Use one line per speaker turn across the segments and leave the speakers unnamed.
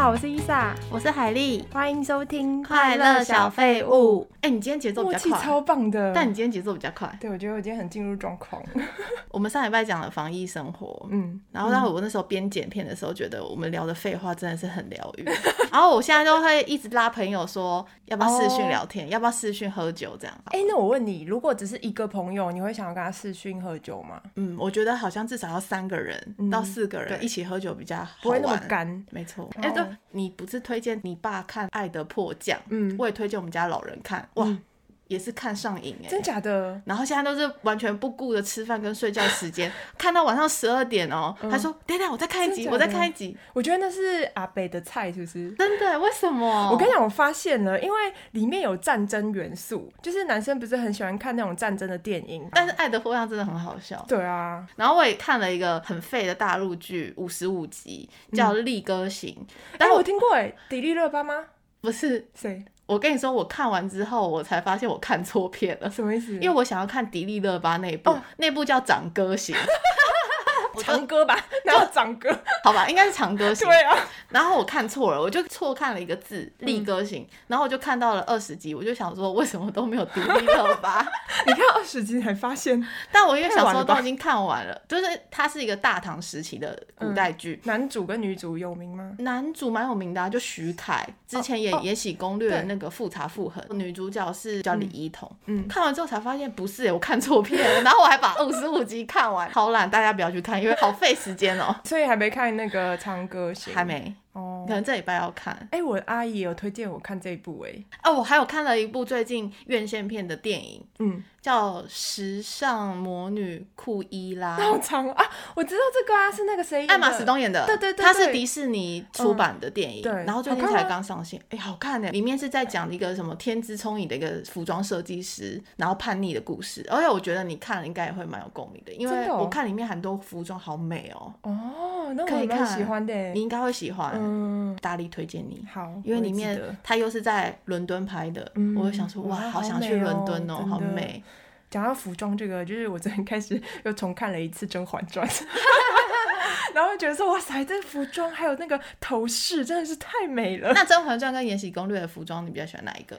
好，我是伊莎，
我是海丽，
欢迎收听
快乐小废物。哎、你今天节奏比
默
较
契
快，
超棒的。
但你今天节奏比较快。
对我觉得我今天很进入状况。
我们上礼拜讲了防疫生活，
嗯，
然后，但我那时候边剪片的时候，觉得我们聊的废话真的是很疗愈。 然后我现在都会一直拉朋友说，要不要视讯聊天，要不要视讯喝酒这样。
嗯哎、那我问你，如果只是一个朋友，你会想要跟他视讯喝酒吗？
嗯，我觉得好像至少要三个人、
嗯
到四个人
对
一起喝酒比较好玩，
不会那么干。
没错，
哦
哎、对，你不是推荐你爸看《爱的迫降》，
嗯
我也推荐我们家老人看，哇，也是看上瘾哎、
真假的？
然后现在都是完全不顾着吃饭跟睡觉时间， 看到晚上十二点哦、他说：“等一下，我再看一集，
嗯真的假的
我再看一集。
我觉得那是阿北的菜，是不是”？
真的？为什么？
我跟你讲，我发现了，因为里面有战争元素，就是男生不是很喜欢看那种战争的电影。
但是《爱的迫降》真的很好笑。
对啊，
然后我也看了一个很废的大陆剧，五十五集，
嗯
叫《力歌行》。
哎、
但我
我听过哎，迪丽热巴吗？
不是，
谁？
我跟你说，我看完之后，我才发现我看错片了，
什么意思？
因为我想要看迪丽热巴那一部，
哦
那部叫《长歌行》，
长歌吧， 然后长歌，
好吧，应该是《长歌行》。
对啊，
然后我看错了，我就错看了一个字“力歌
嗯
行”，然后我就看到了二十集，我就想说为什么都没有迪丽热 巴？
你看二十集才发现，
但我因为小
太
时
晚
候
了吧嗯
都已经看完了，就是它是一个大唐时期的古代剧。
男主跟女主有名吗？
男主蛮有名的、啊，就徐凯，之前
哦
演《延禧攻略》的那个《富察傅恒》，女主角是叫李一桐。
嗯嗯
看完之后才发现不是、欸，我看错片了，然后我还 把五十五集看完，好懒，大家不要去看，因为好费时间 哦、
所以还没看那个《长歌行》，
还没，
哦
可。能这礼拜要看。
哎、我阿姨有推荐我看这一部哎、
哦，我还有看了一部最近院线片的电影，
嗯，
叫《时尚魔女库伊拉》，
好长啊，我知道这个啊，是那个谁演的，
艾玛史东演的，
对对对对嗯
它是迪士尼出版的电影，
嗯对
然后最近
好看
才
吗
刚上线，哎，好看呢！里面是在讲一个什么天资聪颖的一个服装设计师，然后叛逆的故事，而且我觉得你看了应该也会蛮有共鸣的，因
真
为
的哦
我看里面很多服装好美哦，
哦，那我
可
还
以
蛮
看
喜欢的、欸
你。应该会喜欢，
嗯，
大力推荐你。
好，
因为
我
里
也记
面
得
它又是在伦敦拍的，
嗯
我就想说哇，
哇
好想
好
去
美哦
伦敦哦，
真的
好 美。
讲到服装这个，就是我昨天开始又重看了一次《甄嬛传》。 然后就觉得说，哇塞，这服装还有那个头饰真的是太美了。
那《甄嬛传》跟《延禧攻略》的服装，你比较喜欢哪一个？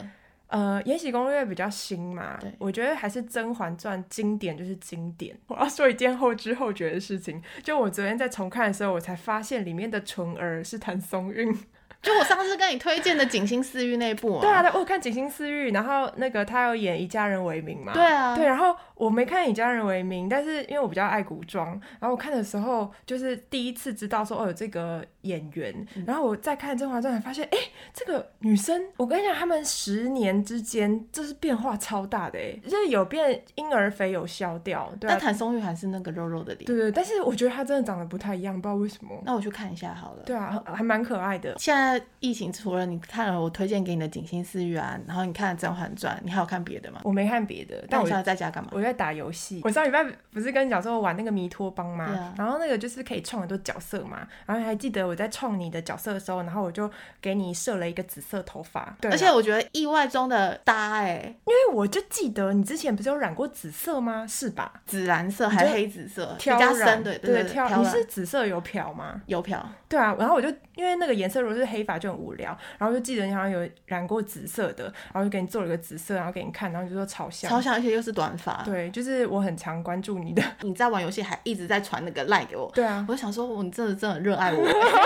呃，《延禧攻略》比较新嘛
对，
我觉得还是《甄嬛传》经典就是经典。 我要说一件后知后觉的事情，就我昨天在重看的时候，我才发现里面的纯儿是谭松韵。
就我上次跟你推荐的《锦心似玉》那一部啊。
对啊，对我有看《锦心似玉》，然后那个他有演《以家人为名》嘛。
对啊，
对，然后我没看《以家人为名》，但是因为我比较爱古装，然后我看的时候就是第一次知道说哦有这个演员，
嗯
然后我再看《甄嬛传》才发现，哎，这个女生，我跟你讲，她们十年之间就是变化超大的，哎，就是有变婴儿肥有消掉，对、
但
啊，
谭松韵还是那个肉肉的脸。
对对，但是我觉得她真的长得不太一样，不知道为什么。
那我去看一下好了。
对啊，还还蛮可爱的。
现在疫情，除了你看了我推荐给你的《锦心似玉》啊，然后你看《甄嬛传》，你还有看别的吗？
我没看别的，
那
但
我
我
现在在家干嘛？
我在打游戏，我上礼拜不是跟你讲说我玩那个弥托邦吗？
对啊
然后那个就是可以创很多角色嘛。然后你还记得我在创你的角色的时候，然后我就给你设了一个紫色头发，对啊，
而且我觉得意外中的搭哎、
因为我就记得你之前不是有染过紫色吗？是吧？
紫蓝色还黑紫色，比
挑
较
染
深的，对
对
对，
挑
染
你是紫色有漂吗？
油漂，
对啊，然后我就因为那个颜色如果是黑发就很无聊，然后就记得你好像有染过紫色的，然后就给你做了一个紫色，然后给你看，然后就说嘲笑。
超像，而且又是短发。
对，就是我很常关注你的。
你在玩游戏还一直在传那个赖给我，
对啊，
我想说，我你真的真的很热 爱我欸，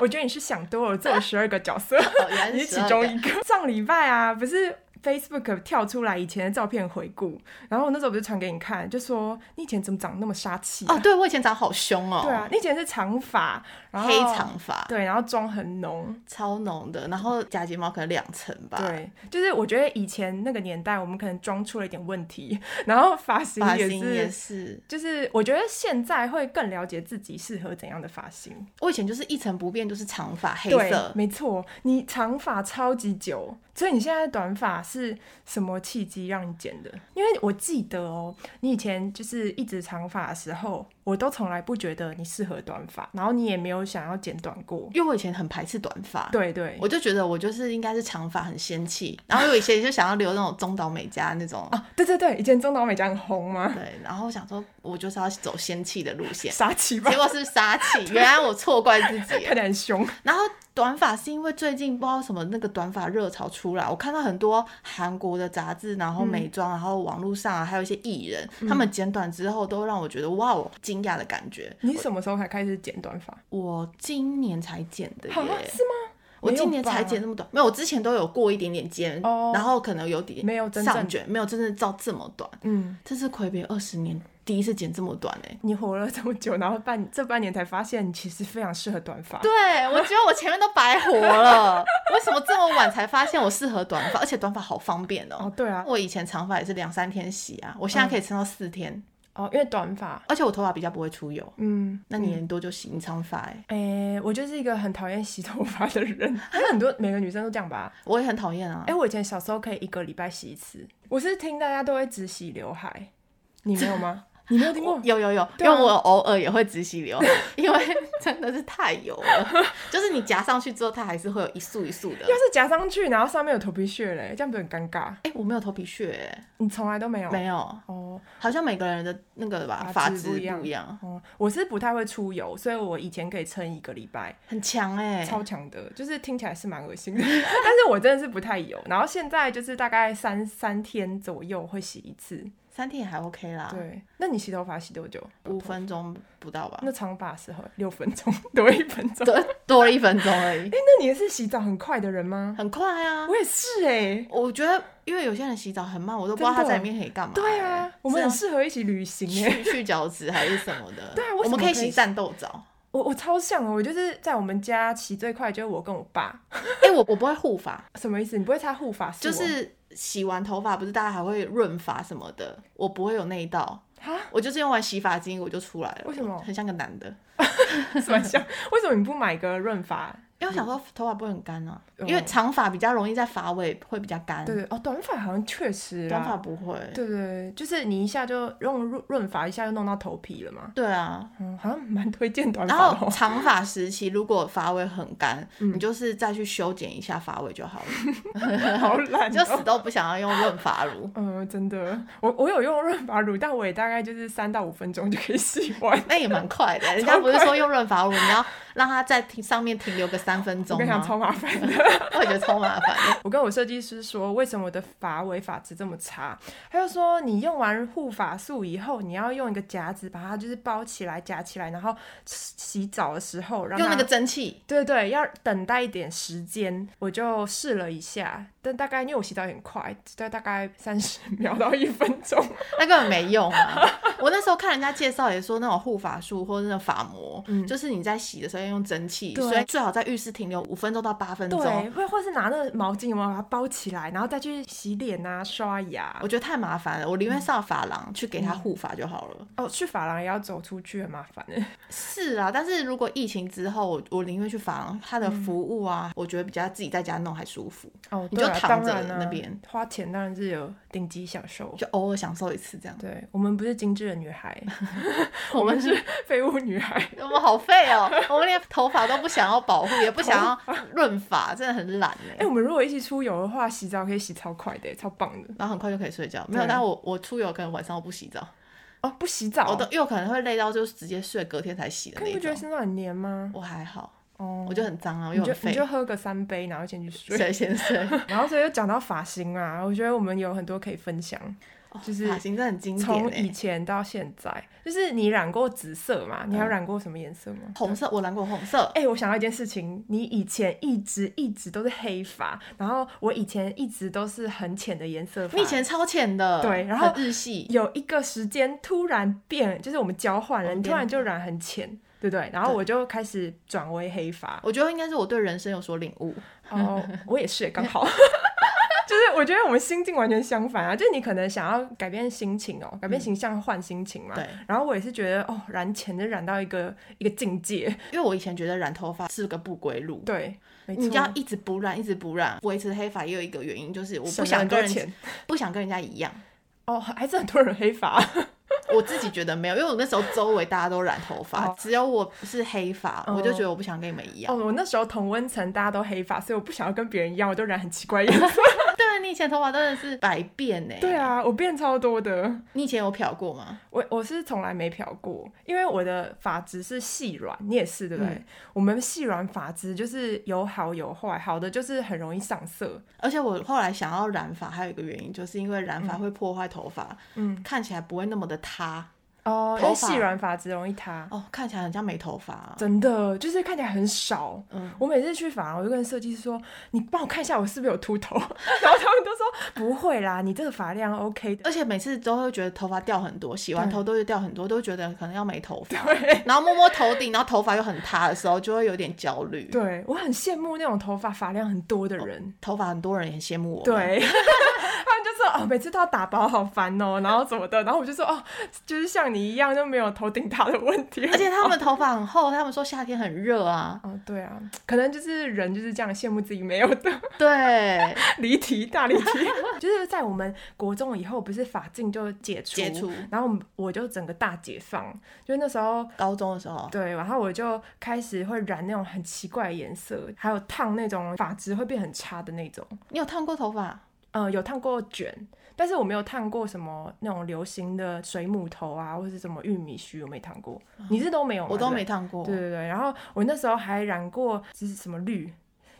我觉得你是想多了，我做了十二个角色。
哦原来
你
是
是其
12
中
个
一 个。上礼拜啊，不是 Facebook 跳出来以前的照片回顾，然后我那时候不是传给你看，就说你以前怎么长那么杀气、啊？
哦，对我以前长好凶哦，
对啊，，你以前是长发，然后
黑，长发，
对，然后妆很浓，
超浓的，然后假睫毛可能两层吧，，
对，就是我觉得以前那个年代，我们可能妆出了一点问题，然后发型
发
也
型也
是。
是，
就是我觉得现在会更了解自己适合怎样的发型，
我以前就是一成不变，就是长发黑
对，
色，
没错。你长发超级久，所以你现在短发是什么契机让你剪的？因为我记得哦，你以前就是一直长发的时候，我都从来不觉得你适合短发，然后你也没有想要剪短过。
因为我以前很排斥短发，
对对，
我就觉得我就是应该是长发很仙气，然后有一些就想要留那种中岛美嘉那 种，
啊，对对对，以前中岛美嘉很红吗？
对，然后我想说我就是要走仙气的路线，
傻气吧
结，果是杀气，原来我错怪自己了
看起来很凶。
然后短发是因为最近不知道什么那个短发热潮出来，我看到很多韩国的杂志，然后美妆，然后网络上啊，还有一些艺人，他们剪短之后都让我觉得哇哦惊讶的感觉。
你什么时候才开始剪短发？
我今年才剪的
好
耶，
是吗？
我
没有
今年
吧
才剪那么短，没有，我之前都有过一点点尖，
哦
然后可能有点
没有真正
上卷，没有真正照这么短。
嗯，
这是魁别二十年第一次剪这么短哎、
你活了这么久，然后半这半年才发现你其实非常适合短发。
对，我觉得我前面都白活了， 为什么这么晚才发现我适合短发？而且短发好方便哦。
哦，对啊，
我以前长发也是两三天洗啊，我现在可以
嗯
撑到四天，
哦，因为短发，
而且我头发比较不会出油。
嗯，
那你能多就洗？你长发哎、
诶、我就是一个很讨厌洗头发的人，好像很多每个女生都这样吧。
我也很讨厌啊
哎、。我以前小时候可以一个礼拜洗一次，我是听大家都会只洗刘海，你没有吗？ 你没有听过？
有有有，因
对
为
啊
我偶尔也会直洗流，因 为真的是太油了，就是你夹上去之后，它还是会有一束一束 的
要。是夹上去，然后上面有头皮屑嘞，这样不是很尴尬？
哎、我没有头皮屑、欸，
你从来都没有？
没有，
哦
好像每个人的那个吧
发
发
质
质
不
不
一样
一样，
哦，我是不太会出油，所以我以前可以撑一个礼拜，
很强哎、
超强的，就是听起来是蛮恶心的， 但是我真的是不太油。然后现在就是大概三三天左右会洗一次。
三天也还 OK 啦，
对，那你洗头发洗多久？
五分钟不到吧，
那长发时候六分钟，多一分钟。
多多了一分钟而已
哎、，那你也是洗澡很快的人吗？
很快啊。
我也是哎、
我觉得，因为有些人洗澡很慢，我都不知道他
真的
在里面可以干嘛欸、
对啊，我们很
是
适合一起旅行哎、
要去去角质还是什么的。
对啊为
我
什
们
么
可以
可以
洗战斗 澡。
我我超像的，我就是在我们家洗最快就是我跟我爸。
哎、我我不会护发，
什么意思？你不会擦护发素
就
哦？
是洗完头发不是大家还会润发什么的，我不会有那一道。
啊，
我就是用完洗发精我就出来了。
为什么嗯
很像个男的，
什么像？为什么你不买个润发？
因为我想说头发不会很干啊，
嗯
因为长发比较容易在发尾会比较干，
对对哦，短发好像确实啦
短发不会。
对啊对对，就是你一下就用润润发，一下就弄到头皮了嘛。
对啊，
嗯，好像蛮推荐短
然
发的
后
哦。
长发时期如果发尾很干，
嗯
你就是再去修剪一下发尾就好了。
好懒、哦，。
就死都不想要用润发乳
嗯，真的，我我有用润发乳，但我也大概就是三到五分钟就可以洗完。
那也蛮快的，人家不是说用润发乳，你要让它在停上面停留个三分
我
钟
跟你讲，
吗？
超麻烦的。
我也觉得超麻烦的。
我跟我设计师说，为什么我的发尾发质这么差？他就说，你用完护发素以后，你要用一个夹子把它就是包起来、夹起来，然后洗澡的时候让它
用那个蒸汽，
对对，要等待一点时间，我就试了一下，但大概因为我洗澡很快，大大概三十 秒到一分钟，
那根本没用啊！我那时候看人家介绍也说，那种护发素或者那种发膜，就是你在洗的时候要用蒸汽，
嗯对
所以最好在浴室停留五分钟到八分
对，
钟。
或或是拿那个毛巾有没有把它包起来，然后再去洗脸啊、刷牙
我。觉得太麻烦了，我
嗯
宁愿上发廊去给它护发就好了。
哦，去发廊也要走出去，很麻烦欸耶。
是啊，但是如果疫情之后，我我宁愿去发廊，它
嗯
的服务啊，我觉得比较自己在家弄还舒服，
哦，
你就
对啊
躺着
当然啊
那边
花钱当然是有顶级享受。
就偶尔享受一次这样。
对我们不是精致的女 孩，
我们是
废物女孩。
我们好废哦，我们连头发都不想要保护，也不想要润发，真的很懒
哎、
哎。
我们如果一起出游的话，洗澡可以洗超快的耶，欸超棒的。
然后很快就可以睡觉，没有。
对
但我我出游可能晚上我不洗澡，
哦，不洗澡，
我都因为我可能会累到就是直接睡，隔天才洗的
可
那
你不觉得
种。
身上很黏吗？
我还好，
哦，
我就很脏啊，因
你
为
就
我很
你
废
就，喝个三杯，然后先去睡。
睡先睡。
然后所以又讲到发型啊，我觉得我们有很多可以分享，就是
哦发型真的很经典
从以
哎。
前到现在，就是你染过紫色嘛？你还有染过什么颜色吗？
嗯红色，我染过红色，
哎、我想到一件事情，你以前一直一直都是黑发，然后我以前一直都是很浅的颜色发。
你以前超浅的，
对然后
很日系，
有一个时间突然变，就是我们交换了，
哦
你突
变
然就染很浅，对不对？然后
对
我就开始转为黑发。
我觉得应该是我对人生有所领悟。
哦，我也是，刚 好。就是我觉得我们心境完全相反啊，就是你可能想要改变心情哦，改变形象换心情嘛。
对，
然后我也是觉得哦，染浅就染到一个一个境界。
因为我以前觉得染头发是个不归路，
对，没
你要
错。
一直不染，一直不染，维持黑发也有一个原因，就是我不
省了
想
很多
跟人
钱
不想跟人家一样。
哦，还是很多人黑发。
我我自己觉得没有，因为我那时候周围大家都染头发，
哦
只有我是黑发，
哦
我就觉得我不想跟你们一样。
哦，我那时候同温层大家都黑发，所以我不想要跟别人一样，我就染很奇 怪的样子。
对啊，你以前头发真的是百变呢、
对，啊，我变超多的。
你以前有漂过吗？
我我是从来没漂过，因为我的发质是细软，你也是对不对？
嗯
我们细软发质就是有好有坏，好的就是很容易上色，
而且我后来想要染发，还有一个原因，就是因为染发会破坏头发，
嗯，
看起来不会那么的塌
哦，因为
头发
细软发质容易塌，
哦，看起来很像没头发啊、
真的就是看起来很少。
嗯
我每次去发廊，我就跟设计师说：“你帮我看一下我是不是有秃头。” 然后他们都说：“不会啦，你这个发量 OK 的。
而且每次都会觉得头发掉很多，洗完
对
头都会掉很多，都会觉得可能要没头发，然后摸摸头顶，然后头发又很塌的时候，就会有点焦虑。
对”我很羡慕那种头发发量很多的人。
头发很多人也很羡慕我。，
对， 他们就说哦，每次都要打包，好烦哦，然后怎么的，然后我就说哦，就是像你一样就没有头顶大的问题，
而且他们头发很厚，他们说夏天很热啊。
哦，对啊，可能就是人就是这样羡慕自己没有的，
对，
离题大离题， 就是在我们国中以后，不是法禁就 解除，
解除
然后我就整个大解放，就那时候。
高中的时候，
对，然后我就开始会染那种很奇怪的颜色，还有烫那种发质会变很差的那种。
你有烫过头发？
呃，有烫过卷，但是我没有烫过什么那种流行的水母头啊，或是什么玉米须，我没烫过。你是都没有吗？
哦我都没
对
烫过
不。对。对对对，然后我那时候还染过，就是什么绿，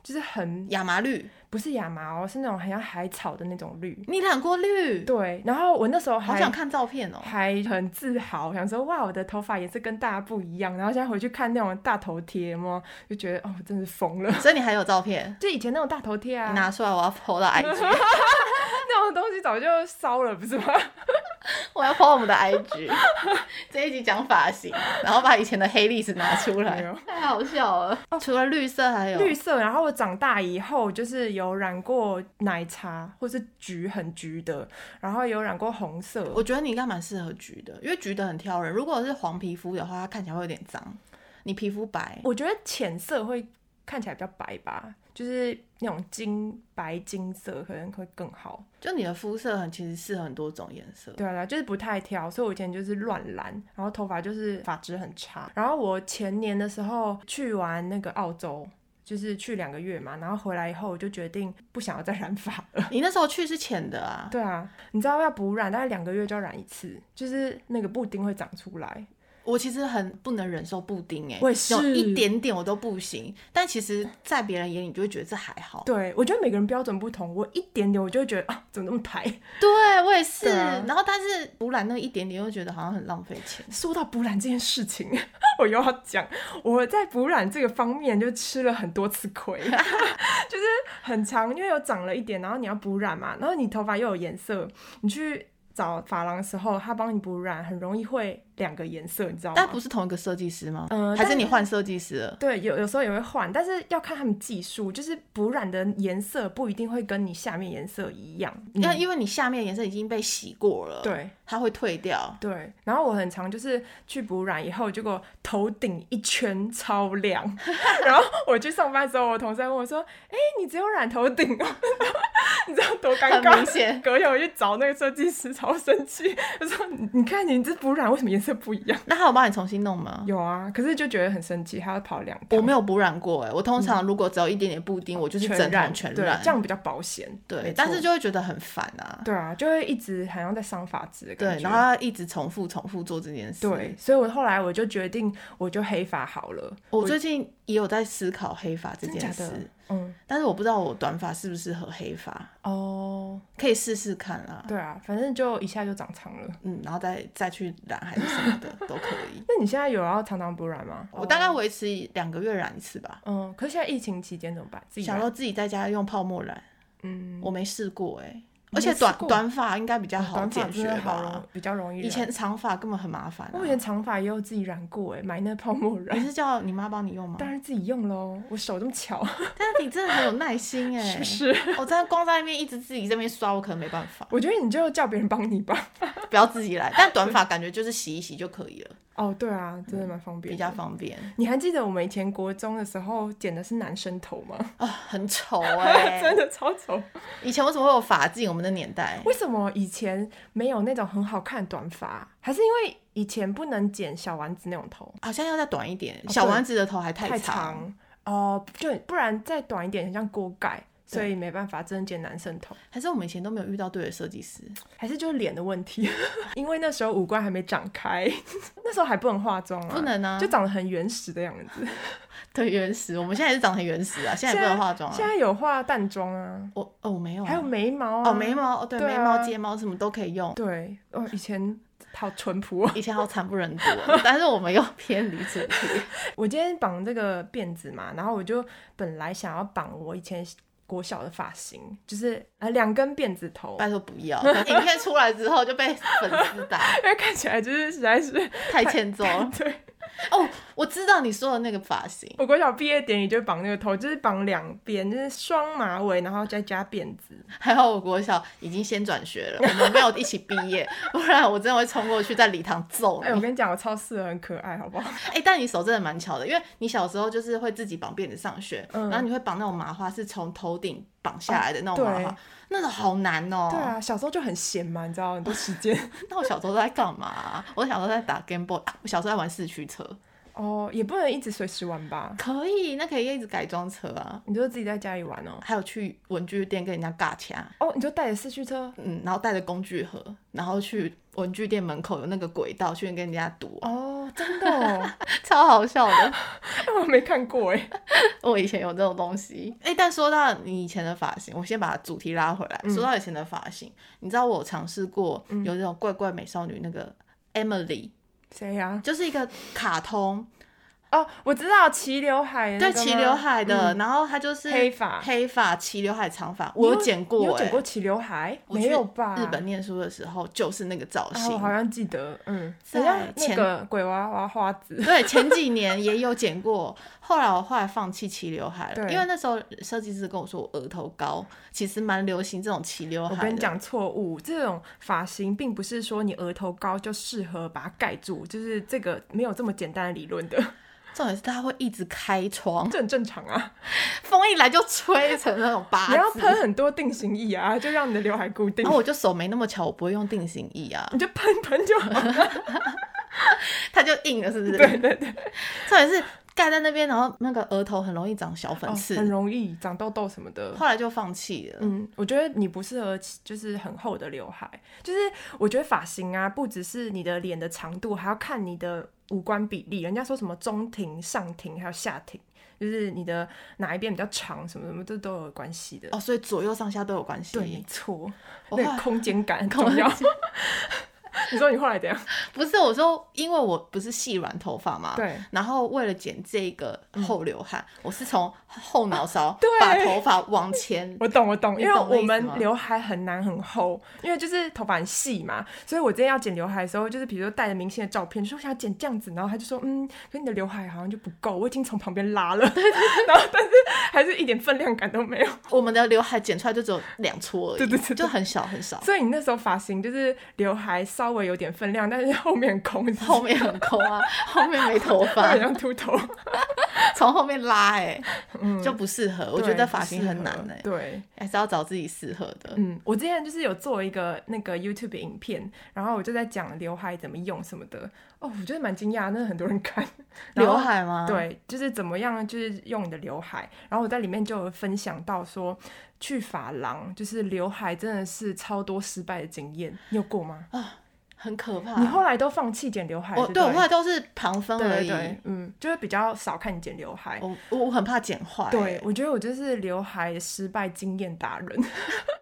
就是很
亚麻绿，
不是亚麻哦，是那种很像海草的那种绿。
你染过绿？
对，然后我那时候
好
还
想看照片哦。
还很自豪，想说哇，我的头发也是跟大家不一样。然后现在回去看那种大头贴嘛，就觉得哦，真是疯了。
所以你还有照片？
就以前那种大头贴啊，
你拿出来，我要 PO 到 IG，
那种东西早就烧了，不是吗？
我要 PO 我们 的 IG。这一集讲发型，然后把以前的黑历史拿出来
没有，哦
太好笑了。除了绿色，还有
绿色，然后我长大以后就是有染过奶茶，或是橘很橘的，然后有染过红色。
我觉得你应该蛮适合橘的，因为橘的很挑人。如果是黄皮肤的话，它看起来会有点脏。你皮肤白，
我觉得浅色会看起来比较白吧，就是那种金白金色可能会更好。
就你的肤色很其实适合很多种颜色。
对啊对啊，就是不太挑，所以我以前就是乱染，然后头发就是发质很差。然后我前年的时候去完那个澳洲。就是去两个月嘛，然后回来以后我就决定不想要再染发了。
你那时候去是浅的啊，
对啊，你知道要补染，大概两个月就要染一次，就是那个布丁会长出来。
我其实很不能忍受布丁哎、
我也是
有一点点我都不行。但其实，在别人眼里就会觉得这还好。
对我觉得每个人标准不同，我一点点我就会觉得啊，怎么那么抬？
对我也是。
对啊
然后，但是补染那一点点又觉得好像很浪费钱。
说到补染这件事情， 我又要讲，我在补染这个方面就吃了很多次亏， 就是很长，因为有长了一点，然后你要补染嘛，然后你头发又有颜色，你去找发廊的时候，他帮你补染，很容易会两个颜色，你知道
但
吗？
不是同一个设计师吗？
嗯
还是
但
你换设计师了？
对，有有时候也会换，但是要看他们技术，就是补染的颜色不一定会跟你下面颜色一样。嗯
因为、因为你下面的颜色已经被洗过了，，
对
它会退掉。
对，然后我很常就是去补染以后，结果头顶一圈超亮， 然后我去上班的时候，我同事还问我说：“哎、你只有染头顶哦？” 你知道多尴
很
尬？
明显
隔天我去找那个设计师，超生气，我说：“你你看你这补染为什么颜色不一样
那他有帮你重新弄吗？？”
有啊，可是就觉得很生气，还要跑两趟
我没有补染过哎、我通常如果只有一点点布丁，我就是整
嗯染
桶全
对
染，
这样比较保险。没
对，
错
但是就会觉得很烦啊，
对啊，就会一直好像在伤发质的感
对，
觉。
然后要一直重复重复做这件事。
对，，所以我后来我就决定，我就黑发好了。
我最近也有在思考黑发这
真的
件
假
事
的，？嗯，
但是我不知道我短发适不适合黑发，
哦，
可以试试看啦。
对啊，反正就一下就长长了。
嗯，然后再再去染还是什么的都可 以。
那你现在有要常常补染吗？
我大概维持两个月染一次吧。
嗯，可是现在疫情期间怎么办？自己
想
染
说自己在家用泡沫染，
嗯，
我没试过哎、
没
而且
试
短
过哦
短发应该比较好
短发
解
真
决
的好
吧
容。比较容易染。
以前长发根本很麻烦、啊。
我以前长发也有自己染过，哎，买那泡沫
你
染，
是叫你妈帮你用吗？
当然自己用喽。我手这么巧，
但是你真的很有耐心哎，
是不是？
我在光在那边一直自己这边刷，我可能没办法，
我觉得你就叫别人帮你吧。
不要自己来。但短发感觉就是洗一洗就可以了，
哦，对啊，真的蛮方便的。
嗯比较方便
你还记得我们以前国中的时候剪的是男生头吗？
啊，很 丑哎、
真的超丑。
以前为什么会有发髻？我们的年代
为什么以前没有那种很好看的短发？还是因为以前不能剪小丸子那种头
好像要再短一点，小丸子的头还太
哦太
长
长哦、就不然再短一点很像锅盖，所以没办法真的剪男生头，
还是我们以前都没有遇到对的设计师，
还是就是脸的问题， 因为那时候五官还没长开， 那时候还不能化妆啊，
不能啊，
就长得很原始的样子。
很原始。我们现在也是长得很原始啊，现在也不能化妆
现
啊。
在有化淡妆啊，
我哦，我没有啊、
还有眉毛啊，
哦，眉毛哦，对，
对啊
眉毛、睫毛什么都可以用。
对哦，以前好淳朴、哦。
以前好惨不忍睹哦， 但是我们又偏离主题。
我今天绑这个辫子嘛，然后我就本来想要绑我以前国小的发型，就是呃两根辫子头，
拜托不要，影片出来之后就被粉丝打，
因为看起来就是实在是
太欠揍了。
对。
哦，我知道你说的那个发型，
我国小毕业典礼就绑那个头，就是绑两边，就是双马尾，然后再加辫子。
还好我国小已经先转学了，我们没有一起毕业，不然我真的会冲过去在礼堂揍
哎、我
你。
跟你讲，我超适合，很可爱，好不好？
哎、但你手真的蛮巧的，因为你小时候就是会自己绑辫子上学，
嗯
然后你会绑那种麻花，是从头顶绑下来的那种麻花，
对
那种好难哦、
对啊，小时候就很闲嘛，你知道，很多时 间
那我小时候都在干嘛啊、我小时候在打 Game Boy，、啊我小时候在玩四驱车，
哦，也不能一直随时玩吧。
可以，那可以一直改装车啊。
你就自己在家里玩哦。
还有去文具店跟人家尬掐，
哦，你就带着四驱车。
嗯，然后带着工具盒，然后去文具店门口有那个轨道去跟人家赌、 啊，
哦，真的哦，
超好笑的。
我没看过哎。
我以前有这种东西。哎、但说到你以前的发型，我先把主题拉回来。
嗯
说到以前的发型，你知道我有尝试过有那种怪怪美少女那个 Emily，、
谁啊呀、
就是一个卡通，
哦，我知道齐刘海的那
对，
个吗，嗯
齐刘海的，然后她就是
黑发
黑发齐刘海长发，
你
我
有，
有剪
你
过、
有剪
欸，
过齐刘海？
我
没
去
有吧？
日本念书的时候就是那个造
啊，
型
我。好像记得，嗯，
在
很像那
前
个鬼娃娃花 子。
对，前几年也有剪过，后来我后来放弃齐刘海了，
对
因为那时候设计师跟我说我额头高，其实蛮流行这种齐刘海
我
的。
跟你讲错误，这种发型并不是说你额头高就适合把它盖住，就是这个没有这么简单的理论的，
重点是它会一直开窗，
这很正常啊。
风一来就吹成那种八
你要
字。
喷很多定型液啊，就让你的刘海固定
啊然，后我就手没那么巧，我不会用定型液 啊，
你就喷喷就 好。
它就硬了，是不是？
对对对，
重点是盖在那边，然后那个额头很容易长小粉
哦
刺，
很容易长痘痘什么的。
后来就放弃了。
嗯，我觉得你不适合起就是很厚的刘海，就是我觉得发型啊，不只是你的脸的长度，还要看你的五官比例。人家说什么中庭、上庭还有下庭，就是你的哪一边比较长，什么什么这都有关系的。
哦，所以左右上下都有关系。
对，没错，那
我后
个
来
空间感很重要。 你说你后来怎样？
不是，我说，因为我不是细软头发嘛，
对。嗯
然后为了剪这个后刘海，我是从后脑勺
对
把头发 往前，
我懂，我懂，
你
因为
懂我意
我
思
们
吗
刘海很难很厚，因为就是头发很细嘛，所以我之前要剪刘海的时候，就是比如说带着明星的照片，说我想要剪这样子，然后他就说，嗯，可你的刘海好像就不够，我已经从旁边拉了， 然后但是还是一点分量感都没有，
我们的刘海剪出来就只有两撮而已，
对对对对
就很小 很少，
所以你那时候发型就是刘海稍微有点分量，但是后面很空，是不是
后面很空 啊，后面没头
有
发
点，像秃头，
从后面拉哎、就不适合。我觉
对
得发型很难哎、
不适合嗯对。
还是要找自己适合的。
嗯，我之前就是有做一个那个 YouTube 影片，然后我就在讲刘海怎么用什么的。哦，我觉得蛮惊讶，那很多人 看然后
刘海吗？，
对，就是怎么样，就是用你的刘海。然后我在里面就有分享到说，去发廊就是刘海真的是超多失败的经验，你有过吗？
很可怕。
你后来都放弃剪刘海，
我
对
哦对我
不
后来都是旁分
对
而
对
已，
对，嗯，就是比较少看你剪刘海。
我我我很怕剪坏、欸
对，，我觉得我就是刘海失败经验达人。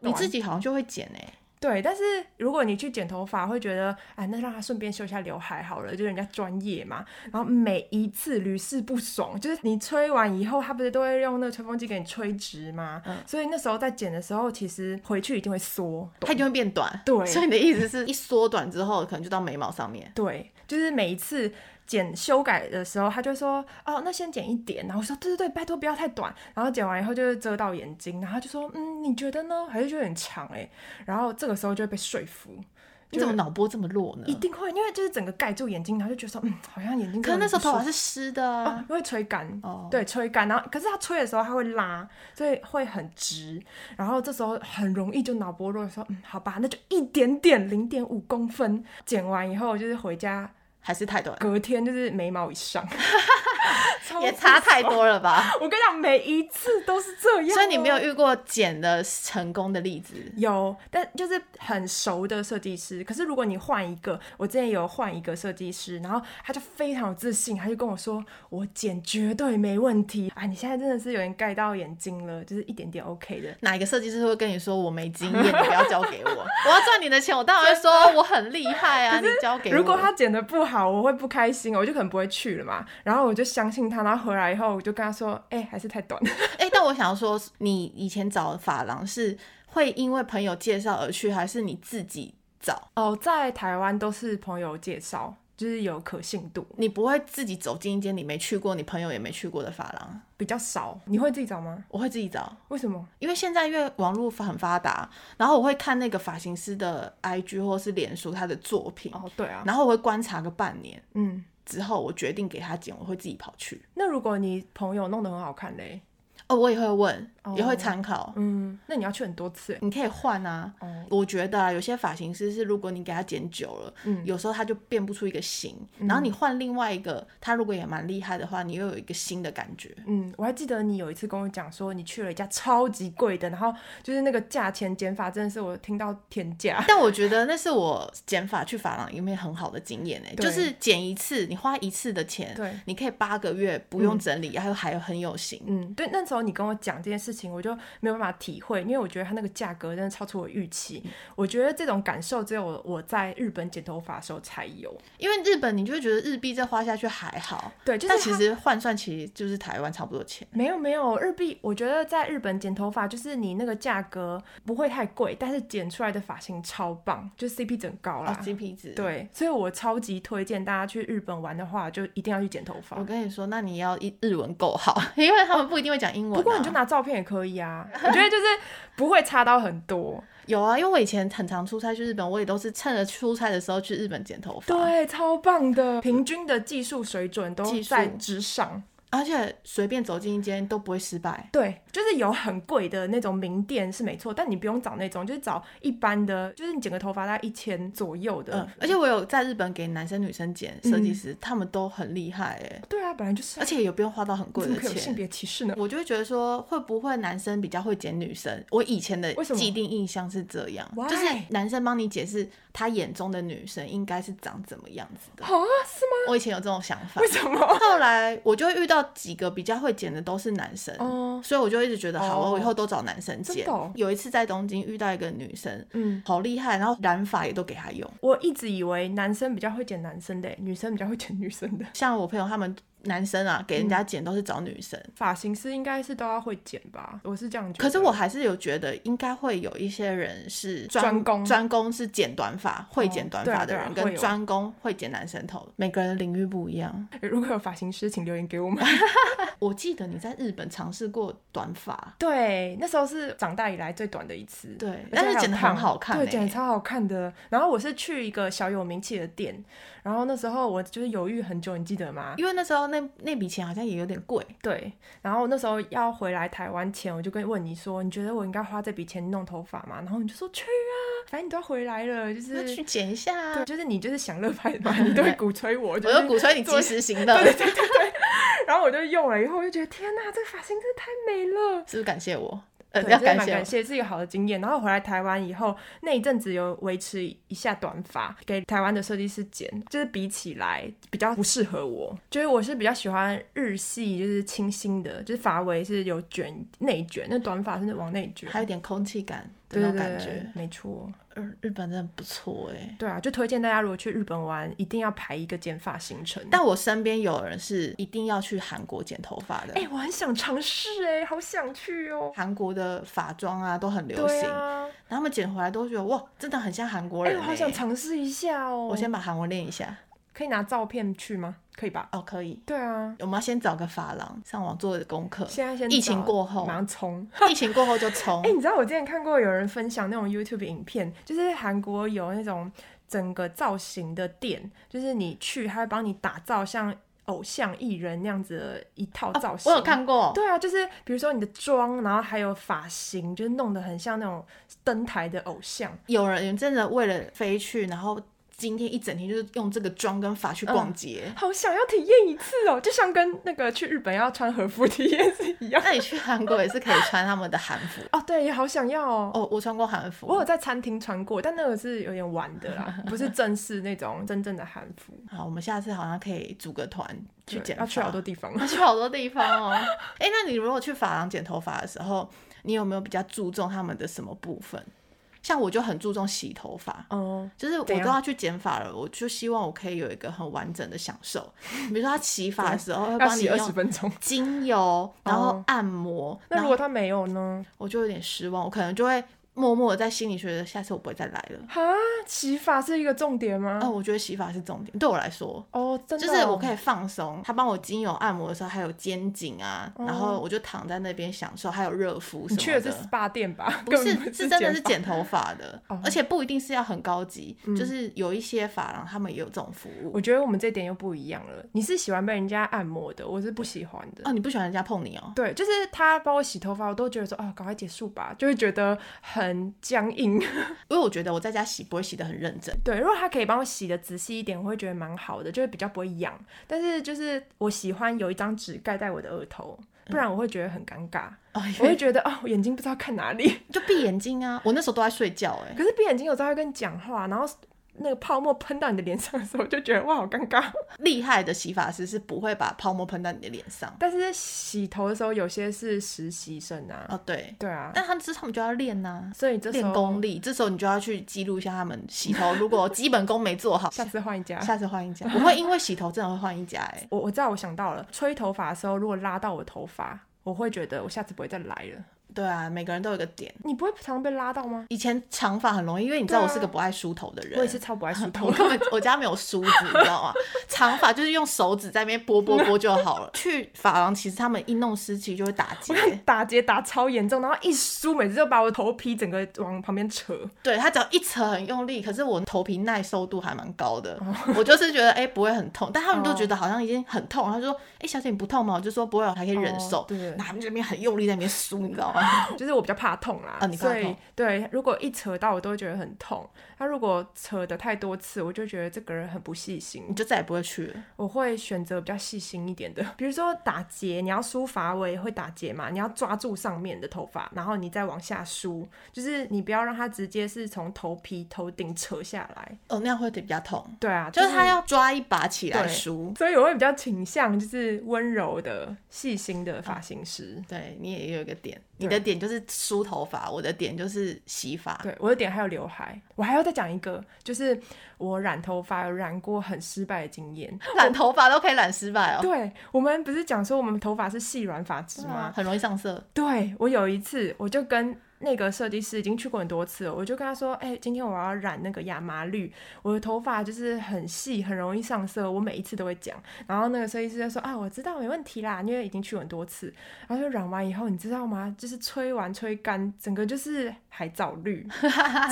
你自己好像就会剪哎、
对，但是如果你去剪头发，会觉得哎，那让他顺便修一下刘海好了，就人家专业嘛。然后每一次屡试不爽，就是你吹完以后，他不是都会用那个吹风机给你吹直吗？所以那时候在剪的时候，其实回去一定会缩。
它就会变短。
对
所以你的意思是 一缩短之后，可能就到眉毛上面。
对，就是每一次剪修改的时候，他就说哦，那先剪一点，然后我说对对对，拜托不要太短。然后剪完以后就是遮到欸眼睛，然后他就说嗯，你觉得呢？还是觉得很长哎、然后这个时候就会被说服，
你怎么脑波这么弱呢？
一定会，因为就是整个盖住眼睛，然后就觉得说，嗯，好像眼睛真
可
的
是那时候
不舒
头
服
发是湿的啊
哦，，因为吹干，
哦
对，吹干，然后可是它吹的时候它会拉，所以会很直，然后这时候很容易就脑波弱，说嗯，好吧，那就一点点，零点五公分，剪完以后就是回家，
还是太短，
隔天就是眉毛以 上， 超
也差
级
太多了吧？
我跟你讲，每一次都是这样哦、
所以你没有遇过剪的成功的例子，
有，但就是很熟的设计师。可是如果你换一个，我之前有换一个设计师，然后他就非常有自信，他就跟我说：“我剪绝对没问题啊！你现在真的是有点盖到眼睛了，就是一点点 OK 的。
哪一个设计师会跟你说我没经 验，你不要交给我，我要赚你的钱，我当然会说我很厉害 啊，你交给我。
如果他剪的不好，我会不开心，我就可能不会去了嘛。然后我就相信他，然后回来以后我就跟他说：“哎、还是太短。
哎、但我想说，你以前找发廊是会因为朋友介绍而去，还是你自己找？”
哦，在台湾都是朋友介绍，就是有可信度，
你不会自己走进一间你没去过、你朋友也没去过的发廊？
比较少。你会自己找吗？
我会自己找，
为什么？
因为现在因为网络很发达，然后我会看那个发型师的 IG 或是脸书他的作品，
哦，对啊，
然后我会观察个半年
嗯。
之后，我决定给他剪，我会自己跑去。
那如果你朋友弄得很好看嘞，
哦，我也会问，
哦
也会参考。
嗯，那你要去很多次欸。
你可以换啊，
哦，
我觉得啊，有些发型师是，如果你给他剪久了，
嗯
有时候他就变不出一个型，然后你换另外一个，他如果也蛮厉害的话，你又有一个新的感觉。
嗯，我还记得你有一次跟我讲说，你去了一家超级贵的，然后就是那个价钱减法真的是我听到天价。
但我觉得那是我剪发去发廊有没有很好的经验呢、欸
对
就是剪一次，你花一次的钱，
对
你可以八个月不用整理，还有还有很有型。
嗯，对，那时候你跟我讲这件事情，我就没有办法体会，因为我觉得它那个价格真的超出我预
嗯
期。我觉得这种感受只有我在日本剪头发的时候才有。
因为日本你就会觉得日币这花下去还好，
对，就是
但其
它
实换算其实就是台湾差不多钱。
没有没有，日币我觉得在日本剪头发就是你那个价格不会太贵，但是剪出来的发型超棒，就 CP 整高啦。
哦，CP 值。，
啊对，所以我超级推荐大家去日本玩的话，就一定要去剪头发
我。跟你说，那你要一日文够好，因为他们不一定会讲英文啊、
哦不过你就拿照片也可以啊，我觉得就是不会差到很 多。
有啊，因为我以前很常出差去日本，我也都是趁着出差的时候去日本剪头发。，
对，超棒的，平均的技术水准都
啊技术
在之上。
而且随便走进一间都不会失败。
对，就是有很贵的那种名店是没错，但你不用找那种，就是找一般的，就是你剪个头发大概一千左右的。
嗯，而且我有在日本给男生女生剪设
嗯
计师，他们都很厉害哎，
对啊，本来就是啊，
而且也不用花到很贵
怎么
的
可以有性
钱。
别歧视呢？
我就会觉得说，会不会男生比较会剪女生？我以前的
为什么
既定印象是这样，
Why？
就是男生帮你解释他眼中的女生应该是长怎么样子的
啊，。是吗？
我以前有这种想法
为，什 么？
后来我就遇到几个比较会剪的都是男生，
哦，
所以我就一直觉得好，啊
哦
我以后都找男生剪
真的哦。
有一次在东京遇到一个女生，
嗯，
好厉害，然后染发也都给她用。
我一直以为男生比较会剪男生的，欸女生比较会剪女生的。
像我朋友他们男生啊，
嗯
给人家剪都是找女生，
发型师应该是都要会剪吧，我是这样觉得。
可是我还是有觉得应该会有一些人是
专攻
专攻是剪短发，会剪短发的
对啊
人，
对啊会
跟
有
专攻会剪男生头，每个人的领域不一样。
如果有发型师，请留言给我 们。
我记得你在日本尝试过短发，
对，那时候是长大以来最短的一次。
对，
而且还
但
有
是剪得
烫
很好看、欸，
对，剪的超好看的。然后我是去一个小有名气的店，然后那时候我就是犹豫很久，你记得吗？
因为那时候那那笔钱好像也有点贵，
对，然后那时候要回来台湾前，我就跟问你说，你觉得我应该花这笔钱弄头发吗？然后你就说去啊，反正你都要回来了，就
那
是
去剪一下啊。
对，就是你就是享乐派嘛，你都会鼓吹我，就
我
是
就鼓吹你及时行乐，
然后我就用了以后，我就觉得天哪，这个发型真的太美了。
是不是感谢我？呃，
对
要
真的
感
蛮
谢
感
我。
谢是一个好的经验。然后回来台湾以后，那一阵子有维持一下短发，给台湾的设计师剪，就是比起来比较不适合我。就是我是比较喜欢日系，就是清新的，就是发尾是有卷内卷，那短发是往内卷，
还有点空气感的
对
那
对
种感
对，
觉。
没错。
嗯，日本真的不错哎、
对啊，就推荐大家如果去日本玩，一定要排一个剪发行程。
但我身边有人是一定要去韩国剪头发的，
哎、我很想尝试哎，好想去哦。
韩国的发妆啊都很流
对
行，
啊，
然后他们剪回来都觉得哇，真的很像韩国
哎、
人、欸。
我好想尝试一下哦。
我先把韩文练一下。
可以拿照片去吗？可以吧？
哦，可以。
对啊，
我们要先找个发廊，上网做功课。
现在先
疫情
找
过后
马上冲。哎
疫情过后就 冲
哎、。你知道我之前看过有人分享那种 YouTube 影片，就是韩国有那种整个造型的店，就是你去，他会帮你打造像偶像艺人那样子的一套造型。
哦我有看过，
对啊，就是比如说你的妆，然后还有发型，就是弄得很像那种登台的偶像。
有人真的为了飞去，然后今天一整天就是用这个妆跟发去
嗯
逛街。
好想要体验一次哦，就像跟那个去日本要穿和服体验是一样。
那你去韩国也是可以穿他们的韩服
哦，对，也好想要哦。
哦，我穿过韩服，
我有在餐厅穿过，但那个是有点玩的 啦，不是正式那种真正的韩服。
好，我们下次好像可以组个团去
对
剪
要
发，
去啊好多地方。
去好多地方哦。 哎、那你如果去发廊剪头发的时候，你有没有比较注重他们的什么部分？像我就很注重洗头发，
哦，
就是我
怎
都
样
要去剪发了，我就希望我可以有一个很完整的享受。比如说他洗发的时候会
要
帮你
洗二十
用
分钟。
精油，然后
哦
按摩，
那
然
如果
后
他没有呢？
我就有点失望，我可能就会默默的在心里觉得下次我不会再来了。
哈，洗发是一个重点吗
啊、？我觉得洗发是重点，对我来说。
哦，真的
就
哦，
是我可以放松，他帮我精油按摩的时候，还有肩颈啊，然后我就躺在那边享受，还有热敷什
哦你
么的。
去的是 SPA 店吧？
不
根
是
本不
是真的是
发
剪头发的，
哦
而且不一定是要很高级，
嗯
就是有一些发廊他们也有这种服务
我。觉得我们这点又不一样了。你是喜欢被人家按摩的，我是不喜欢的。
哦，你不喜欢人家碰你哦？
对，就是他帮我洗头发，我都觉得说啊，赶快结束吧，就会觉得很僵硬。
因为我觉得我在家洗不会洗得很认真。
对，如果他可以帮我洗的仔细一点，我会觉得蛮好的，就会比较不会痒。但是就是我喜欢有一张纸盖在我的额头，不然我会觉得很尴尬，
哦，
我会觉得哦，我眼睛不知道看哪里。
就闭眼睛啊！我那时候都在睡觉哎、
可是闭眼睛有时候会跟你讲话，然后那个泡沫喷到你的脸上的时候，我就觉得哇，好尴尬。哦
厉害的洗发师是不会把泡沫喷到你的脸上
但是洗头的时候，有些是实习生啊，
哦，对，
对啊，
但他们这他们就要练呐、
所以这时
练
候
功力，这时候你就要去记录一下他们洗头，如果基本功没 做好，
下次换一家。
下次换 一家。我会因为洗头真的会换一家哎、
我我知道，我想到了，吹头发的时候如果拉到我头发，我会觉得我下次不会再来了。
对啊，每个人都有一个点。
你不会常被拉到吗？
以前长发很容易，因为你知道
对啊
我是个不爱梳头的人。
我也是。超不爱梳头
我，根本我家没有梳子，你知道 吗？长发就是用手指在那边拨拨拨就好了。去发廊，其实他们一弄湿气就会打结，
打结打超严重，然后一梳，每次就把我头皮整个往旁边扯。
对他只要一扯很用力，可是我头皮耐受度还蛮高的，
哦
我就是觉得哎、不会很痛，但他们都觉得好像已经很痛，他就说哎、小姐你不痛吗？我就说不会，我还可以忍受。
哦对
那他们这边很用力在那边梳，你知道吗？
就是我比较怕痛啦，
啊你怕
所以
痛
对，如果一扯到我都会觉得很痛。他如果扯的太多次，我就觉得这个人很不细
你
心。
就再也不会去了。
我会选择比较细心一点的，比如说打结，你要梳发尾会打结嘛，你要抓住上面的头发，然后你再往下梳，就是你不要让它直接是从头皮头顶扯下来。
哦，那样会比较痛，
对啊，
就是他要抓一把起来
对
梳。
所以我会比较倾向就是温柔的、细心的发型师。
对你也有一个点，你的点就是梳头发，我的点就是洗发。
对我的点还有刘海，我还要再讲一个，就是我染头发有染过很失败的经验。
染头发都可以染失败哦，
对啊我们不是讲说我们头发是细软发质吗？
很容易上色。
对我有一次，我就跟那个设计师已经去过很多次了，我就跟他说：“哎、今天我要染那个亚麻绿，我的头发就是很细，很容易上色，我每一次都会讲。”然后那个设计师就说：“啊，我知道，没问题啦，因为已经去很多次。”然后就染完以后，你知道吗？就是吹完吹干，整个就是海藻 绿，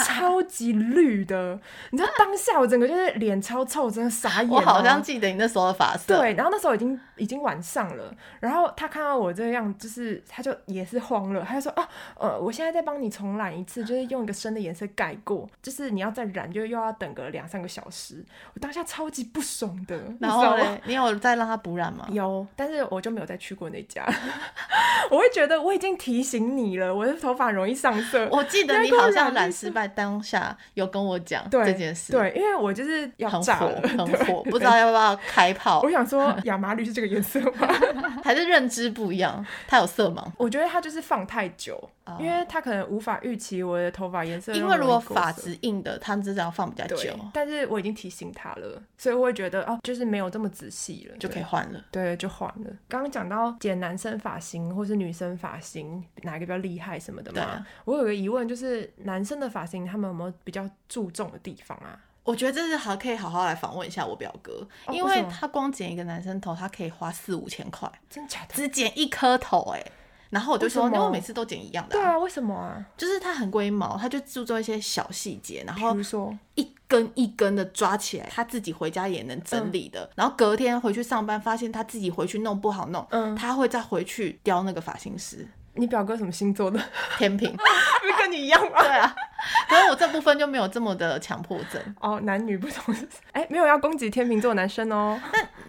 超级绿的。你知道当下我整个就是脸超臭，真的傻眼、
我
哦。
好像记得你那时候的发色，
对，然后那时候已经已经晚上了，然后他看到我这样，就是他就也是慌了，他就说啊，呃，我现在再帮你重染一次，就是用一个深的颜色盖过，就是你要再染，就又要等个两三个小时。我当下超级不爽的，你知
然
道
后
吗
嘞，你有再让他补染吗？
有，但是我就没有再去过那家， 我会觉得我已经提醒你了，我的头发容易上色。
我记得
那
你
个
好
染
像
一
染
次
失败当下有跟我讲
对
这件事，，
对，因为我就是要
很
炸
火
了，
很
对
火，不知道。要不要开炮
我，想说亚麻绿是这个颜色吗？
还是认知不一样，他有色盲。
我觉得他就是放太久，
哦
因为他可能无法预期我的头发颜色那
因
么
为
容易
如
过色。
果发质硬的，他们至少要放比较久
对，但是我已经提醒他了，所以我会觉得哦，就是没有这么仔细了，
就可以
以。
换了。
对，就换了。刚刚讲到剪男生发型或是女生发型，哪一个比较厉害什么的嘛？
对啊
我有个疑问，就是男生的发型他们有没有比较注重的地方啊？
我觉得这是好可以好好来访问一下我表哥，
哦
因
为
为
什么
他光剪一个男生头，他可以花四五千块，
真假的？
只剪一颗头哎、然后我就说，
欸为什
因
么
为我每次都剪一样的
对
啊、
啊，为什么啊？
就是他很龟毛，他就注重一些小细节，然
比
后
如说，
一根一根的抓起来，他自己回家也能整理
嗯
的。然后隔天回去上班，发现他自己回去弄不好弄，
嗯
他会再回去雕那个发型师。
你表哥什么星座的？
天平，
不是跟你一样吗？
对啊，可是我这部分就没有这么的强迫症。
哦，男女不同。哎、没有要攻击天秤座男生哦，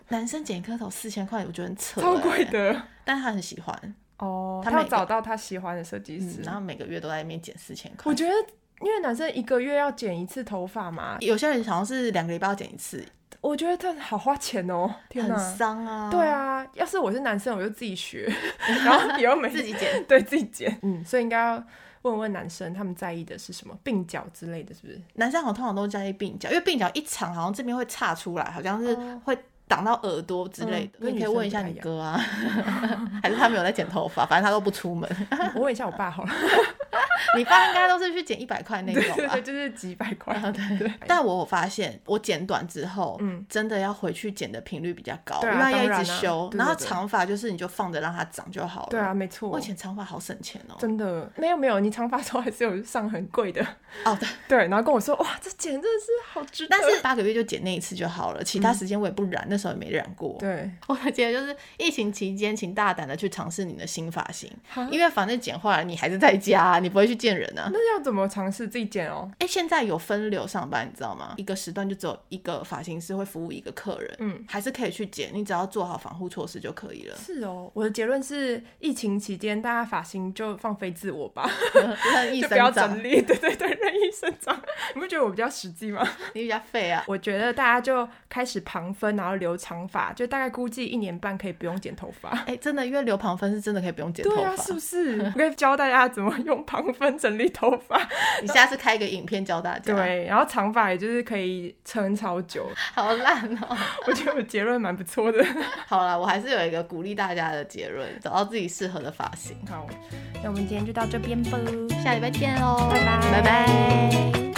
男生剪一颗头四千块，我觉得很扯、欸，
超贵，的
但他很喜欢，
哦。
他
他要
每个嗯
找到他喜欢的设计师。
然后每个月都在那边剪四千
嗯
块
我。觉得，因为男生一个月要剪一次头发嘛，
有些人好像是两个礼拜要剪一次，
我觉得他好花钱哦。天
很
哪！
伤啊。
对，啊，要是我是男生，我就自己 学，然后以后每
自己 剪。
对自己剪。嗯，所以应该要问问男生他们在意的是什么，鬓角之类的，是 不是？
男生好像通常都在意鬓角，因为鬓角一长好像这边会岔出来，好像是会挡到耳朵之类的。
哦嗯跟
你可以问一下你
女生
哥啊， 还是他没有在剪头发，反正他都不 出门。
我问一下我爸好了。
你爸应该都是去剪一百块那
对
种
对
吧
对，？就是几百块。
啊
对
但我有发现，我剪短之后，
嗯
真的要回去剪的频率比较高，
对啊
因为要
当
一
然啊
直修。
对对
后
对
长发就是你就放着让它长就好了。
对啊，，没错
我以。前长发好省钱哦。
真的没有没有，你长发的时候还是有上很贵的，
哦，对，
对，然后跟我说哇，这剪真的是好值得，
但是八个月就剪那一次就好了，其他时间我也不染，那时候也没染过。
对，
我的建议就是，疫情期间，请大胆的去尝试你的新发型
哈，
因为反正剪坏了，你还是在家、你不会去见人啊。
那要怎么尝试自己剪哦？
哎、现在有分流上班，你知道吗？一个时段就只有一个发型师会服务一个客人，
嗯，
还是可以去剪，你只要做好防护措施就可 以了。
是哦，我的结论是，疫情期间大家发型就放飞自我吧，
任 意
就不要
生长
整，理，对对对，任意生长。你不觉得我比较实际吗？
你比较废啊。
我觉得大家就开始旁分，然后留长发，就大概估计一年半可以不用剪头发。
哎、真的，因为留旁分是真的可以不用剪头
对
发。
啊，是不是？ 我可以教大家怎么用旁分整理头 发。
你下次开一个影片教大家。，
对，然后长发也就是可以撑超久。
好烂哦、
我觉得我结论蛮不错 的。
好啦，我还是有一个鼓励大家的结论，找到自己适合的发型。
好，那我们今天就到这边吧。
下礼拜见喽，
拜拜
拜拜